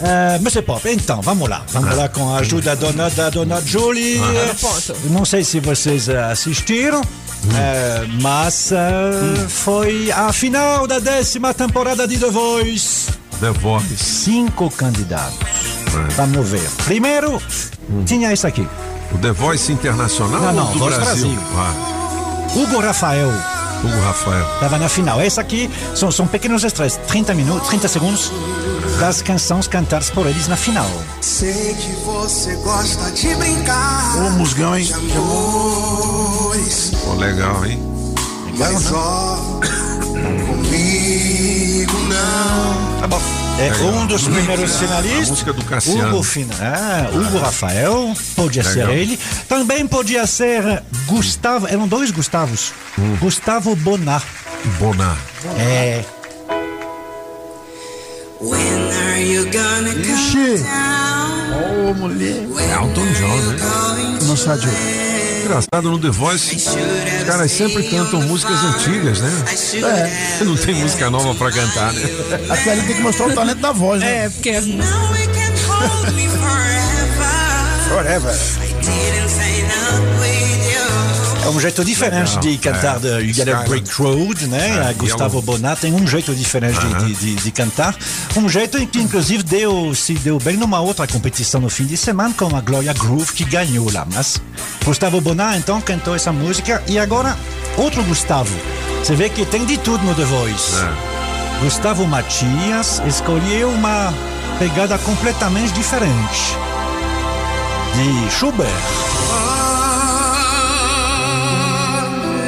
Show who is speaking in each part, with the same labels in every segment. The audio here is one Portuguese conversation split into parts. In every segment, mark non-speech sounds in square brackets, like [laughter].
Speaker 1: Uh, mas é pop. Então, vamos lá. Vamos lá com a ajuda da dona, da dona Julie.
Speaker 2: Ponto.
Speaker 1: Não sei se vocês eh, assistiram, eh, mas eh, foi a final da décima temporada de The Voice.
Speaker 3: The Voice.
Speaker 1: Cinco candidatos. Vamos ver. Primeiro, tinha esse aqui.
Speaker 3: O The Voice Internacional
Speaker 1: Não, não,
Speaker 3: ou do
Speaker 1: Voz
Speaker 3: Brasil?
Speaker 1: Brasil.
Speaker 3: Ah,
Speaker 1: Hugo Rafael
Speaker 3: Hugo Rafael.
Speaker 1: estava na final. Esse aqui são, são pequenos extras, 30 minutos, 30 segundos das canções cantadas por eles na final.
Speaker 4: Sei que você gosta de brincar.
Speaker 5: Ô, musgão, hein?
Speaker 4: De amores,
Speaker 3: Pô, legal, hein?
Speaker 4: mas ó, comigo não.
Speaker 1: Tá bom. É um dos primeiros finalistas.
Speaker 3: A música do Cassiano. É.
Speaker 1: Hugo, Fina- ah, Hugo Rafael, podia
Speaker 3: Legal.
Speaker 1: ser ele. Também podia ser Gustavo, eram dois Gustavos.
Speaker 3: Hum.
Speaker 1: Gustavo Bonar.
Speaker 3: Bonar.
Speaker 1: É,
Speaker 4: When are you gonna
Speaker 5: Ixi.
Speaker 4: down?
Speaker 5: Ô, mulher.
Speaker 3: É Elton John, né?
Speaker 5: Nossa, Ju.
Speaker 3: Engraçado, no The Voice, os caras sempre cantam músicas antigas, né?
Speaker 5: É.
Speaker 3: Não tem música nova pra cantar, né?
Speaker 5: Aqui ali tem que mostrar o talento da voz, né?
Speaker 2: É, porque as
Speaker 4: Now it can hold me forever.
Speaker 5: Forever.
Speaker 4: I didn't sign up with you.
Speaker 1: é um jeito diferente
Speaker 3: Legal,
Speaker 1: de cantar
Speaker 3: é.
Speaker 1: de You Gotta
Speaker 3: Skyline.
Speaker 1: Break Road, né?
Speaker 3: É,
Speaker 1: A Gustavo
Speaker 3: Yellow.
Speaker 1: Bonar tem um jeito diferente de- de, de- de cantar. Um jeito em que, inclusive, deu, se deu bem numa outra competição no fim de semana com a Gloria Groove, que ganhou lá. Mas Gustavo Bonar, então, cantou essa música. E agora, outro Gustavo. Você vê que tem de tudo no The Voice.
Speaker 3: É.
Speaker 1: Gustavo Matias escolheu uma pegada completamente diferente de Schubert.
Speaker 4: Ave Ah,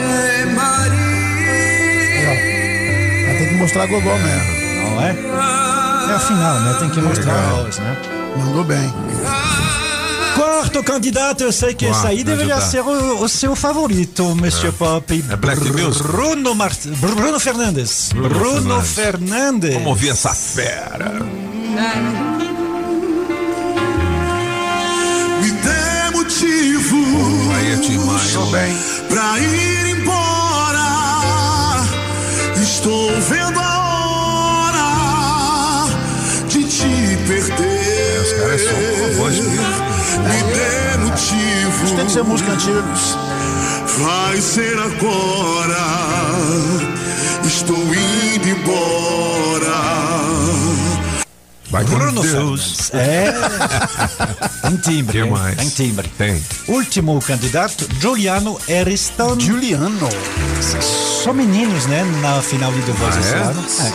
Speaker 4: é, Maria.
Speaker 5: Mas Tem que mostrar gogó mesmo.
Speaker 1: Não é? É a final, né? Tem que mostrar a voz, né?
Speaker 5: Mandou bem.
Speaker 1: Quarto candidato, eu sei que
Speaker 3: Quarto,
Speaker 1: esse aí
Speaker 3: né,
Speaker 1: deveria
Speaker 3: Judá?
Speaker 1: ser o, o seu favorito, Monsieur Pop.
Speaker 3: É Black Music?
Speaker 1: Bruno, Mart... Bruno Fernandes. Bruno,
Speaker 3: Bruno
Speaker 1: Fernandes.
Speaker 3: Vamos ouvir essa fera.
Speaker 4: Me dê motivo
Speaker 3: Aí é
Speaker 5: Hum,
Speaker 3: Tim Maia, moleque.
Speaker 4: pra ir embora. Estou vendo a hora de te perder.
Speaker 3: Os caras são com a voz mesmo. né?
Speaker 4: Me dê
Speaker 5: Isso
Speaker 4: motivo,
Speaker 5: tem que ser música antiga.
Speaker 4: vai ser agora. Estou indo embora.
Speaker 3: Vai com
Speaker 1: Bruno
Speaker 3: Deus.
Speaker 1: Fernandes. É.
Speaker 3: [laughs]
Speaker 1: Tem timbre.
Speaker 3: Que
Speaker 1: hein?
Speaker 3: mais?
Speaker 1: Tem timbre.
Speaker 3: Tem.
Speaker 1: Último candidato, Giuliano Eriston.
Speaker 5: Juliano.
Speaker 1: Só meninos, né? Na final de The Voice.
Speaker 3: Ah,
Speaker 1: esse
Speaker 3: é?
Speaker 1: ano. É.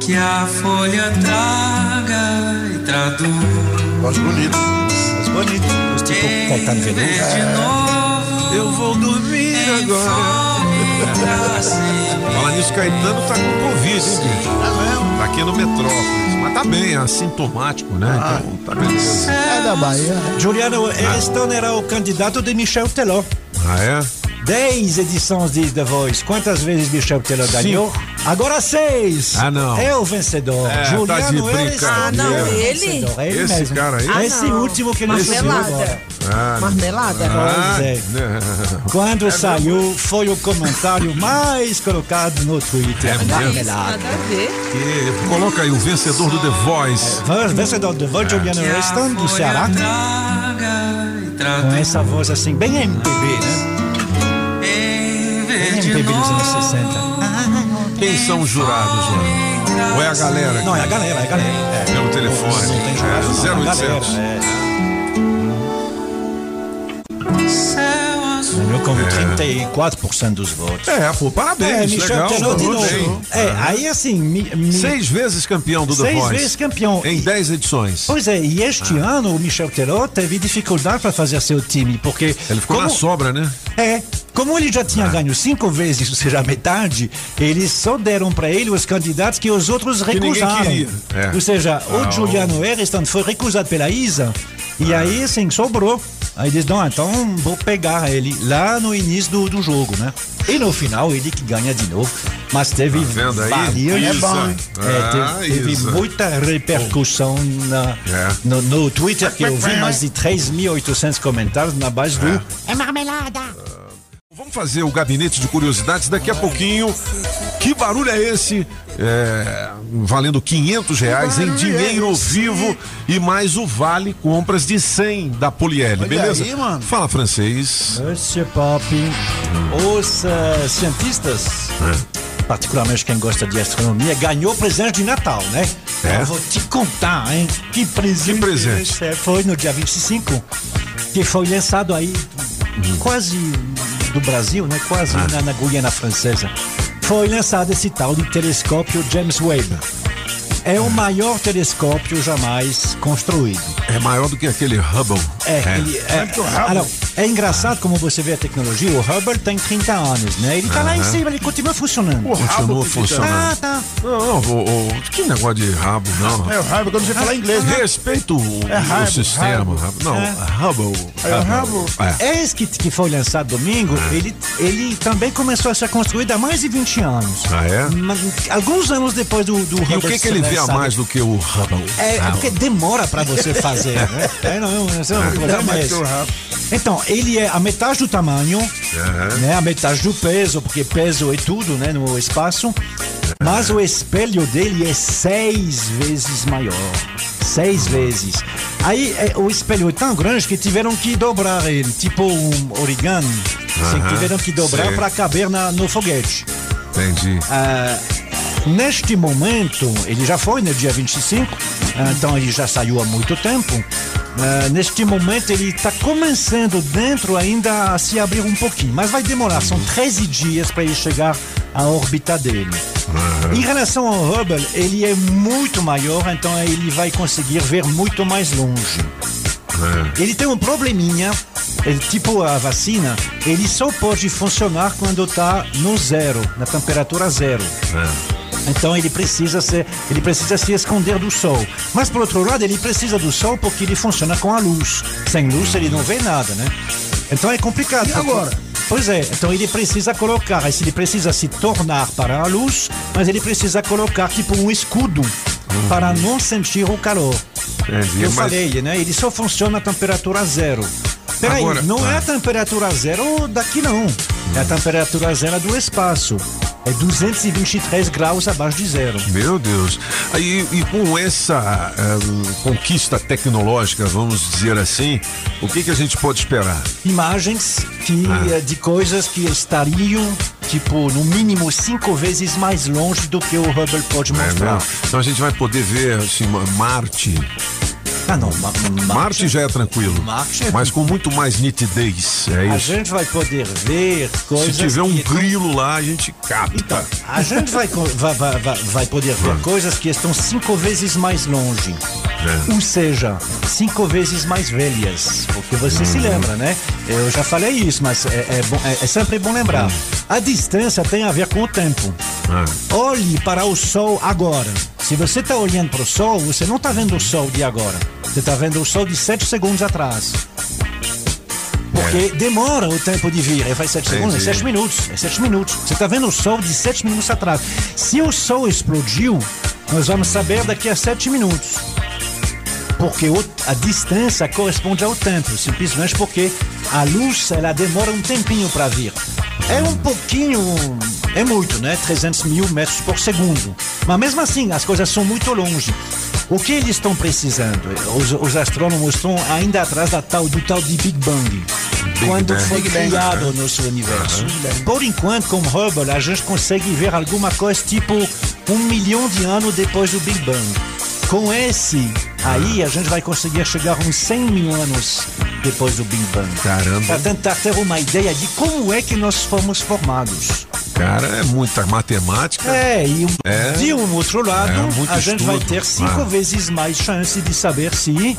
Speaker 4: Que a folha traga e traduz
Speaker 5: Voz bonita.
Speaker 1: Mas bonito. Tipo Caetano Veloso.
Speaker 4: de novo.
Speaker 3: Eu vou dormir
Speaker 1: É.
Speaker 3: agora. Fala nisso, Caetano tá com Covid, hein, bicho? Tá aqui no Metrópolis. Mas tá bem, é assintomático, né?
Speaker 1: Ah,
Speaker 3: Então, tá beleza.
Speaker 5: É da Bahia.
Speaker 1: Giuliano Eriston era o candidato de Michel Teló.
Speaker 3: Ah, é?
Speaker 1: 10 edições de The Voice. Quantas vezes Michel Teló ganhou? Agora seis.
Speaker 3: Ah, não.
Speaker 1: É o vencedor.
Speaker 3: É, tá de
Speaker 1: Juliano Eriston.
Speaker 3: brincadeira. Ah, não,
Speaker 1: é o
Speaker 2: ele?
Speaker 1: vencedor, é ele
Speaker 3: Esse
Speaker 1: mesmo.
Speaker 3: cara aí? Ah,
Speaker 1: Esse
Speaker 2: não.
Speaker 1: último que ele decidiu agora.
Speaker 2: marmelada.
Speaker 3: Ah,
Speaker 2: Marmelada.
Speaker 3: ah,
Speaker 1: é.
Speaker 3: [laughs] né?
Speaker 1: Quando saiu, foi o comentário mais colocado no Twitter.
Speaker 3: É mesmo?
Speaker 1: Marmelada.
Speaker 2: Nada a ver.
Speaker 3: Que- Coloca aí o vencedor do The Voice.
Speaker 1: Vencedor do Voice, Juliano Eriston, do Ceará. Com essa voz assim, bem MPB, né? Bem MPB dos anos 60.
Speaker 3: Quem são os jurados lá? Ou é a galera?
Speaker 1: Não, é a galera, é a galera. É.
Speaker 3: Pelo telefone.
Speaker 1: Não tem jurado,
Speaker 3: É,
Speaker 1: não, é a
Speaker 3: 0800.
Speaker 1: galera, é. Ganhou como 34% dos votos.
Speaker 3: É, pô, parabéns, legal.
Speaker 1: Teló de
Speaker 3: mandou bem.
Speaker 1: novo. É, aí assim, mi, mi-
Speaker 3: Seis vezes campeão do The
Speaker 1: seis
Speaker 3: Voice.
Speaker 1: vezes campeão.
Speaker 3: Em
Speaker 1: E-
Speaker 3: dez edições.
Speaker 1: Pois é, e este
Speaker 3: Ah.
Speaker 1: ano o Michel Teló teve dificuldade para fazer seu time, porque.
Speaker 3: Ele ficou na sobra, né?
Speaker 1: É. Como ele já tinha ganho cinco vezes, [laughs] ou seja, a metade, eles só deram para ele os candidatos que os outros
Speaker 3: ninguém
Speaker 1: recusaram.
Speaker 3: queria. É.
Speaker 1: Ou seja,
Speaker 3: Ah,
Speaker 1: o Juliano Eriston foi recusado pela Isa, e aí, assim, sobrou. Aí diz, não, então vou pegar ele lá no início do, do jogo, né? E no final, ele que ganha de novo. Mas teve
Speaker 3: Tá vendo aí?
Speaker 1: várias...
Speaker 3: Isa.
Speaker 5: É bom, hein?
Speaker 3: Ah,
Speaker 1: É, teve, teve
Speaker 3: Isa.
Speaker 1: muita repercussão na-
Speaker 3: É.
Speaker 1: no, no Twitter, que eu vi mais de 3.800 comentários na base
Speaker 3: É.
Speaker 1: do...
Speaker 3: Vamos fazer o gabinete de curiosidades daqui a pouquinho. Que barulho é esse? É, valendo 500 reais
Speaker 5: é
Speaker 3: em dinheiro vivo e mais o vale compras de 100 da Poliel. Beleza?
Speaker 5: aí, mano.
Speaker 3: Fala francês.
Speaker 1: Monsieur Pop, os eh, cientistas,
Speaker 3: É,
Speaker 1: particularmente quem gosta de astronomia, ganhou presente de Natal, né?
Speaker 3: É?
Speaker 1: Eu vou te contar, hein? Que presente,
Speaker 3: Que presente?
Speaker 1: esse é, foi no dia 25, que foi lançado aí quase do Brasil, né? Quase
Speaker 3: Ah.
Speaker 1: na, na Guiana Francesa. Foi lançado esse tal do telescópio James Webb. É
Speaker 3: Ah.
Speaker 1: o maior telescópio jamais construído.
Speaker 3: É maior do que aquele Hubble.
Speaker 1: É, ele- é,
Speaker 5: Sempre o
Speaker 1: ah,
Speaker 5: Hubble.
Speaker 1: não. É engraçado como você vê a tecnologia. O Hubble tem 30 anos, né? Ele tá lá em cima, ele continua funcionando.
Speaker 3: Continua
Speaker 5: que fica-
Speaker 1: Ah,
Speaker 3: funcionando.
Speaker 1: tá.
Speaker 3: Não, não, o- o- que negócio de rabo, não.
Speaker 5: É o rabo quando você fala inglês, né?
Speaker 3: Respeito o,
Speaker 5: É
Speaker 3: o
Speaker 5: rabo,
Speaker 3: sistema.
Speaker 5: rabo.
Speaker 3: rabo. Não,
Speaker 1: É.
Speaker 3: Hubble.
Speaker 5: É o rabo.
Speaker 3: É.
Speaker 1: Esse que, que foi lançado domingo, ele, ele também começou a ser construído há mais de 20 anos.
Speaker 3: Ah, é?
Speaker 1: Mas, alguns anos depois do, do
Speaker 3: E o
Speaker 1: Hubble
Speaker 3: que, que
Speaker 1: ser
Speaker 3: ele vê a
Speaker 1: lançado.
Speaker 3: mais do que o Hubble?
Speaker 1: É, é
Speaker 3: Ah,
Speaker 1: porque demora pra você fazer, né? É, não, não, esse é um problema
Speaker 5: mais
Speaker 1: é
Speaker 5: que
Speaker 1: esse.
Speaker 5: o rabo.
Speaker 1: Então, ele é a metade do tamanho, né? A metade do peso, porque peso é tudo, né? No espaço. Mas o espelho dele é seis vezes maior. Seis vezes. Aí é, o espelho é tão grande que tiveram que dobrar ele, tipo um origami. Assim,
Speaker 3: Aham,
Speaker 1: tiveram que dobrar
Speaker 3: sei.
Speaker 1: para caber na, no foguete.
Speaker 3: Entendi.
Speaker 1: Neste momento, ele já foi no dia 25, ah, então ele já saiu há muito tempo. Ah, neste momento, ele está começando dentro ainda a se abrir um pouquinho, mas vai demorar, são 13 dias para ele chegar à órbita dele. Em relação ao Hubble, ele é muito maior, então ele vai conseguir ver muito mais longe. Ele tem um probleminha, ele, tipo a vacina, ele só pode funcionar quando está no zero, na temperatura zero. Então ele precisa ser, ele precisa se esconder do sol. Mas por outro lado, ele precisa do sol porque ele funciona com a luz. Sem luz ele não vê nada, né? Então é complicado.
Speaker 5: E agora?
Speaker 1: Pois é, então ele precisa colocar, esse- ele precisa se tornar para a luz, mas ele precisa colocar tipo um escudo para não sentir o calor.
Speaker 3: Entendi.
Speaker 1: Eu
Speaker 3: mas-
Speaker 1: falei, né? Ele só funciona a temperatura zero. Peraí,
Speaker 3: Agora-
Speaker 1: não é
Speaker 3: Ah.
Speaker 1: a temperatura zero daqui não. É a temperatura zero do espaço. É 223 graus abaixo de zero.
Speaker 3: Meu Deus. Aí, e com essa eh, conquista tecnológica, vamos dizer assim, o que, que a gente pode esperar?
Speaker 1: Imagens que,
Speaker 3: Ah.
Speaker 1: eh, de coisas que estariam, tipo, no mínimo cinco vezes mais longe do que o Hubble pode
Speaker 3: É,
Speaker 1: mostrar.
Speaker 3: né? Então a gente vai poder ver assim, Ma- Marte.
Speaker 1: ah, não. Ma ma-
Speaker 3: Marte já é tranquilo.
Speaker 1: Marte é-
Speaker 3: Mas com muito mais nitidez. É
Speaker 1: a
Speaker 3: isso.
Speaker 1: gente vai poder ver
Speaker 3: Se
Speaker 1: coisas.
Speaker 3: tiver um
Speaker 1: que- Então.
Speaker 3: grilo lá, a gente capta.
Speaker 1: A gente vai, co- vai, vai, vai- vai poder ver coisas que estão cinco vezes mais longe.
Speaker 3: É.
Speaker 1: Ou seja, cinco vezes mais velhas. Porque você se lembra, né? Eu já falei isso, mas é, é bom- é- é sempre bom lembrar. A distância tem a ver com o tempo.
Speaker 3: Ah,
Speaker 1: Olhe para o sol agora. Se você está olhando para o sol, você não está vendo o sol de agora. Você está vendo o sol de sete segundos atrás. Porque demora o tempo de vir. É, faz 7 segundos, é
Speaker 3: Entendi.
Speaker 1: 7 minutos. É 7 minutos. Você está vendo o sol de 7 minutos atrás. Se o sol explodiu, nós vamos saber daqui a 7 minutos. Porque o- a distância corresponde ao tempo, simplesmente porque a luz ela demora um tempinho para vir. É um pouquinho, é muito, né? 300 mil metros por segundo. Mas mesmo assim, as coisas são muito longe. O que eles estão precisando? Os, os astrônomos estão ainda atrás da tal, do tal de Big Bang. Quando
Speaker 3: Bang.
Speaker 1: foi
Speaker 5: Big Bang.
Speaker 1: criado o nosso universo. Por enquanto, com Hubble, a gente consegue ver alguma coisa tipo um milhão de anos depois do Big Bang. Com esse, aí a gente vai conseguir chegar uns 100 mil anos depois do Big Bang.
Speaker 3: Caramba.
Speaker 1: Para tentar ter uma ideia de como é que nós fomos formados.
Speaker 3: Cara, é muita matemática.
Speaker 1: É, e um-
Speaker 3: É.
Speaker 1: de um outro lado,
Speaker 3: É, muito
Speaker 1: a gente vai
Speaker 3: estudo, Ah.
Speaker 1: ter cinco
Speaker 3: claro.
Speaker 1: vezes mais chance de saber se
Speaker 3: Hum.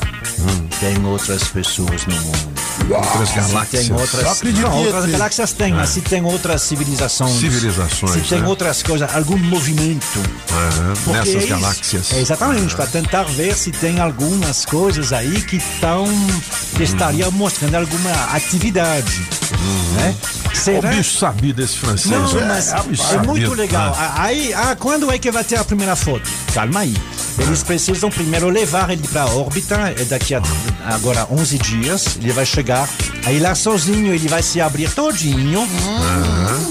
Speaker 1: tem outras pessoas no mundo.
Speaker 3: Outras galáxias.
Speaker 1: Tem outras,
Speaker 5: Só acredito
Speaker 1: não,
Speaker 5: em
Speaker 1: outras
Speaker 5: ET.
Speaker 1: galáxias tem, mas se tem outras civilizações.
Speaker 3: Civilizações,
Speaker 1: Se tem
Speaker 3: né?
Speaker 1: outras coisas, algum movimento.
Speaker 3: Aham,
Speaker 1: Porque é
Speaker 3: Nessas
Speaker 1: isso.
Speaker 3: galáxias.
Speaker 1: É, exatamente, para tentar ver se tem algumas coisas aí que estão.
Speaker 3: Uhum.
Speaker 1: que estariam mostrando alguma atividade. Né?
Speaker 3: O
Speaker 1: Será
Speaker 3: Uhum. bicho sabia desse francês.
Speaker 1: não,
Speaker 3: né?
Speaker 1: mas
Speaker 3: O bicho
Speaker 1: é
Speaker 3: sabia.
Speaker 1: muito legal.
Speaker 3: Ah,
Speaker 1: Ah, Aí, ah, quando é que vai ter a primeira foto? Calma aí. Eles precisam primeiro levar ele para a órbita, é daqui a agora 11 dias, ele vai chegar a Aí lá sozinho ele vai se abrir todinho.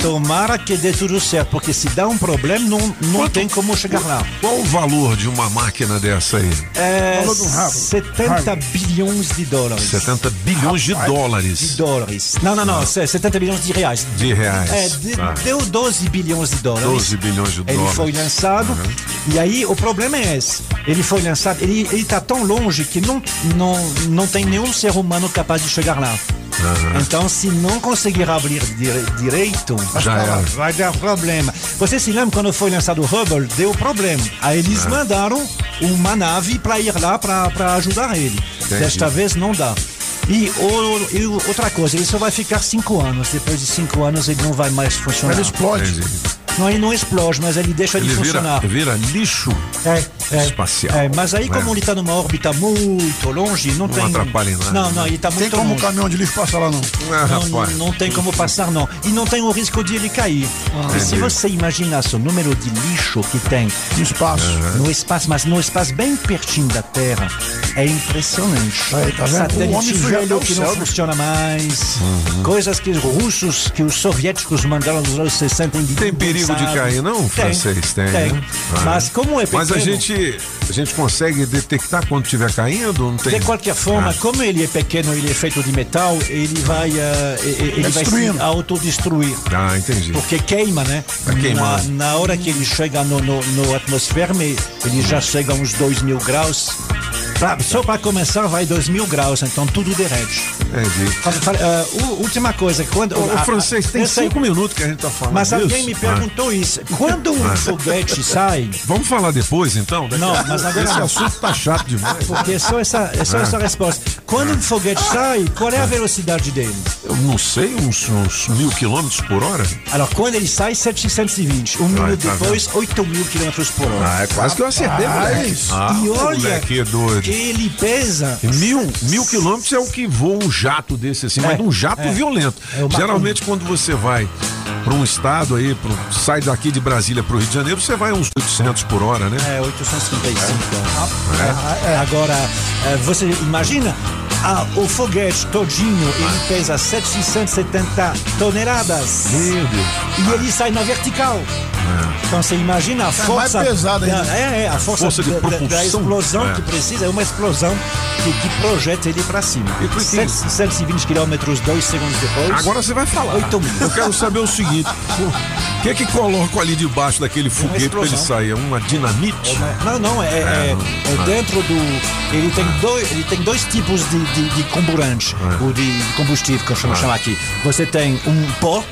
Speaker 1: Tomara que dê tudo certo, porque se dá um problema, não, não tem como chegar lá.
Speaker 3: Qual o valor de uma máquina dessa aí?
Speaker 1: É
Speaker 5: Falou de um rabo.
Speaker 1: 70
Speaker 5: Rabo.
Speaker 1: bilhões de dólares.
Speaker 3: 70 bilhões de
Speaker 1: De
Speaker 3: dólares
Speaker 1: dólares. Não, não, não. se- 70 bilhões de reais.
Speaker 3: de
Speaker 1: É,
Speaker 3: reais.
Speaker 1: de-
Speaker 3: Tá.
Speaker 1: deu 12 bilhões de dólares.
Speaker 3: 12 bilhões de
Speaker 1: Ele
Speaker 3: dólares. Uhum.
Speaker 1: foi lançado. E aí o problema é esse. Ele foi lançado. Ele está tão longe que não, não, não tem nenhum ser humano capaz de chegar lá.
Speaker 3: Uhum.
Speaker 1: Então, se não conseguir abrir dire- direito,
Speaker 3: Já era.
Speaker 1: vai dar problema. Você se lembra quando foi lançado o Hubble? Deu problema. Aí eles
Speaker 3: É.
Speaker 1: mandaram uma nave para ir lá para ajudar ele.
Speaker 3: Entendi.
Speaker 1: Desta vez não dá. E, o- e o- outra coisa, ele só vai ficar cinco anos. Depois de cinco anos ele não vai mais funcionar.
Speaker 5: Ela explode.
Speaker 3: Entendi.
Speaker 1: Não, ele não explode, mas ele deixa
Speaker 3: Ele
Speaker 1: de
Speaker 3: vira,
Speaker 1: funcionar.
Speaker 3: vira lixo.
Speaker 1: É, é,
Speaker 3: espacial,
Speaker 1: É, mas aí,
Speaker 3: né?
Speaker 1: como ele está numa órbita muito longe, não, tem.
Speaker 3: atrapalha em nada.
Speaker 1: Não, não, ele está
Speaker 5: Tem
Speaker 1: muito
Speaker 5: como o
Speaker 1: longe.
Speaker 5: caminhão de lixo passar lá, não?
Speaker 3: Ah,
Speaker 1: Não, não,
Speaker 3: rapaz.
Speaker 1: não tem como passar, não. E não tem o risco de ele cair. e se
Speaker 3: Entendi.
Speaker 1: você imaginasse o número de lixo que tem
Speaker 5: No espaço.
Speaker 1: no espaço, mas no espaço bem pertinho da Terra, é impressionante.
Speaker 5: Aí, tá vendo? O
Speaker 1: Satélite
Speaker 5: homem foi até
Speaker 1: velho
Speaker 5: o
Speaker 1: que não
Speaker 5: céu.
Speaker 1: funciona mais,
Speaker 3: Uhum.
Speaker 1: coisas que os russos, que os soviéticos mandaram nos anos 60 em
Speaker 3: Tem perigo de cair, não, francês? Tem.
Speaker 1: tem.
Speaker 3: né? Ah.
Speaker 1: Mas como é pequeno,
Speaker 3: Mas a gente, a gente consegue detectar quando estiver caindo? Não tem?
Speaker 1: De qualquer forma,
Speaker 3: Ah.
Speaker 1: como ele é pequeno, ele é feito de metal, ele vai, eh, e- e- ele vai se
Speaker 5: Destruindo.
Speaker 1: autodestruir.
Speaker 3: Ah, entendi.
Speaker 1: Porque queima, né?
Speaker 3: Tá
Speaker 1: na,
Speaker 3: queimando.
Speaker 1: na hora que ele chega no, no, no atmosfera, me- ele já chega a uns 2 mil graus. Pra- só para começar, vai 2 mil graus, então tudo derrete.
Speaker 3: Entendi.
Speaker 1: Fala- fala, ah, u- última coisa, quando.
Speaker 3: O,
Speaker 1: a- a-
Speaker 3: francês tem
Speaker 1: eu sei,
Speaker 3: cinco minutos Ah. que a gente tá falando.
Speaker 1: Ah, Mas
Speaker 3: disso.
Speaker 1: alguém me perguntou isso. Quando um foguete sai.
Speaker 3: Ah. Vamos falar depois, então? Daqui
Speaker 1: Não,
Speaker 3: a-
Speaker 1: mas agora
Speaker 3: Esse
Speaker 1: não.
Speaker 3: assunto tá chato demais.
Speaker 1: Porque é só essa, é
Speaker 3: Ah.
Speaker 1: só essa resposta. Quando um foguete sai, qual é a velocidade dele?
Speaker 3: Eu não sei, uns, uns mil quilômetros por hora?
Speaker 1: Alors, quando ele sai, 720. Um
Speaker 3: Vai,
Speaker 1: minuto
Speaker 3: tá
Speaker 1: depois, 8 mil quilômetros por hora.
Speaker 3: Ah, é quase que eu acertei, moleque. Ah,
Speaker 1: e olha,
Speaker 3: moleque é doido.
Speaker 1: ele pesa.
Speaker 3: Mil, mil quilômetros é o que voa um jato desse assim, mas
Speaker 1: É,
Speaker 3: um jato
Speaker 1: é.
Speaker 3: violento.
Speaker 1: É o
Speaker 3: Geralmente quando você vai para um estado aí, pro- sai daqui de Brasília para o Rio de Janeiro, você vai uns 800 por hora, né?
Speaker 1: É, 835. É. Agora, é, você imagina? Ah, o foguete todinho, ele pesa 770 toneladas.
Speaker 3: Meu Deus.
Speaker 1: E ele sai na vertical.
Speaker 3: É.
Speaker 1: Então você imagina a
Speaker 5: mais
Speaker 1: força.
Speaker 5: pesado ainda.
Speaker 1: da, é, é, a força,
Speaker 3: Força de
Speaker 1: da- da, da
Speaker 3: propulsão.
Speaker 1: explosão
Speaker 3: É.
Speaker 1: que precisa, é uma explosão que, que projeta ele para cima.
Speaker 3: E por que-
Speaker 1: 720 km, dois segundos depois.
Speaker 3: Agora você vai falar.
Speaker 1: Oito mil.
Speaker 3: Eu quero saber o seguinte:
Speaker 1: [laughs]
Speaker 3: o que é que colocam ali debaixo daquele foguete para ele
Speaker 1: explosão.
Speaker 3: sair? É Uma dinamite?
Speaker 1: Não, não, é, é-
Speaker 3: não,
Speaker 1: é
Speaker 3: não.
Speaker 1: dentro do. Ele tem dois, ele tem dois tipos de, de, de comburante, ou de combustível, que eu chamo, chamo aqui. Você tem um pó,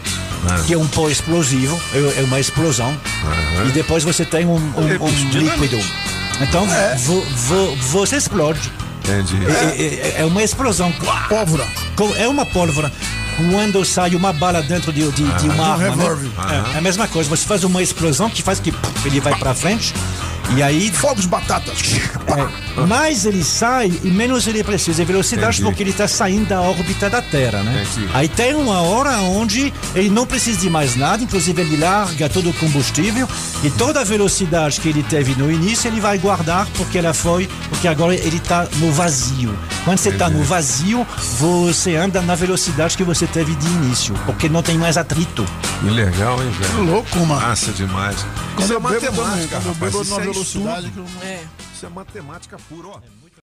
Speaker 1: que é um pó explosivo, é, é uma explosão, e depois você tem um, um-
Speaker 3: É,
Speaker 1: um
Speaker 3: dinamite.
Speaker 1: líquido. Então, vo- vo- você explode.
Speaker 3: Entendi.
Speaker 1: É, é- é uma explosão.
Speaker 5: Pólvora.
Speaker 1: Co- É uma pólvora. Quando sai uma bala dentro de, de, de uma
Speaker 5: de um
Speaker 1: arma, né?
Speaker 5: revólver.
Speaker 1: É, é a mesma coisa. Você faz uma explosão que faz que puf, ele vai pra frente e aí.
Speaker 5: Fogos batatas.
Speaker 1: é, mais ele sai e menos ele precisa de velocidade
Speaker 3: Entendi.
Speaker 1: porque ele está saindo da órbita da Terra, né?
Speaker 3: Entendi.
Speaker 1: Aí tem uma hora onde ele não precisa de mais nada, inclusive ele larga todo o combustível e toda a velocidade que ele teve no início ele vai guardar porque ela foi, porque agora ele está no vazio. Quando você está no vazio, você anda na velocidade que você teve de início, porque não tem mais atrito.
Speaker 3: Que legal, hein,
Speaker 5: Que
Speaker 3: velho?
Speaker 5: louco, mano.
Speaker 3: Massa demais.
Speaker 5: Quando
Speaker 3: Isso é
Speaker 5: eu bebo também,
Speaker 3: matemática,
Speaker 5: quando eu
Speaker 3: rapaz.
Speaker 5: bebo
Speaker 3: Isso
Speaker 5: numa
Speaker 3: é, estudo.
Speaker 5: velocidade que eu não-
Speaker 3: Isso é matemática pura, ó.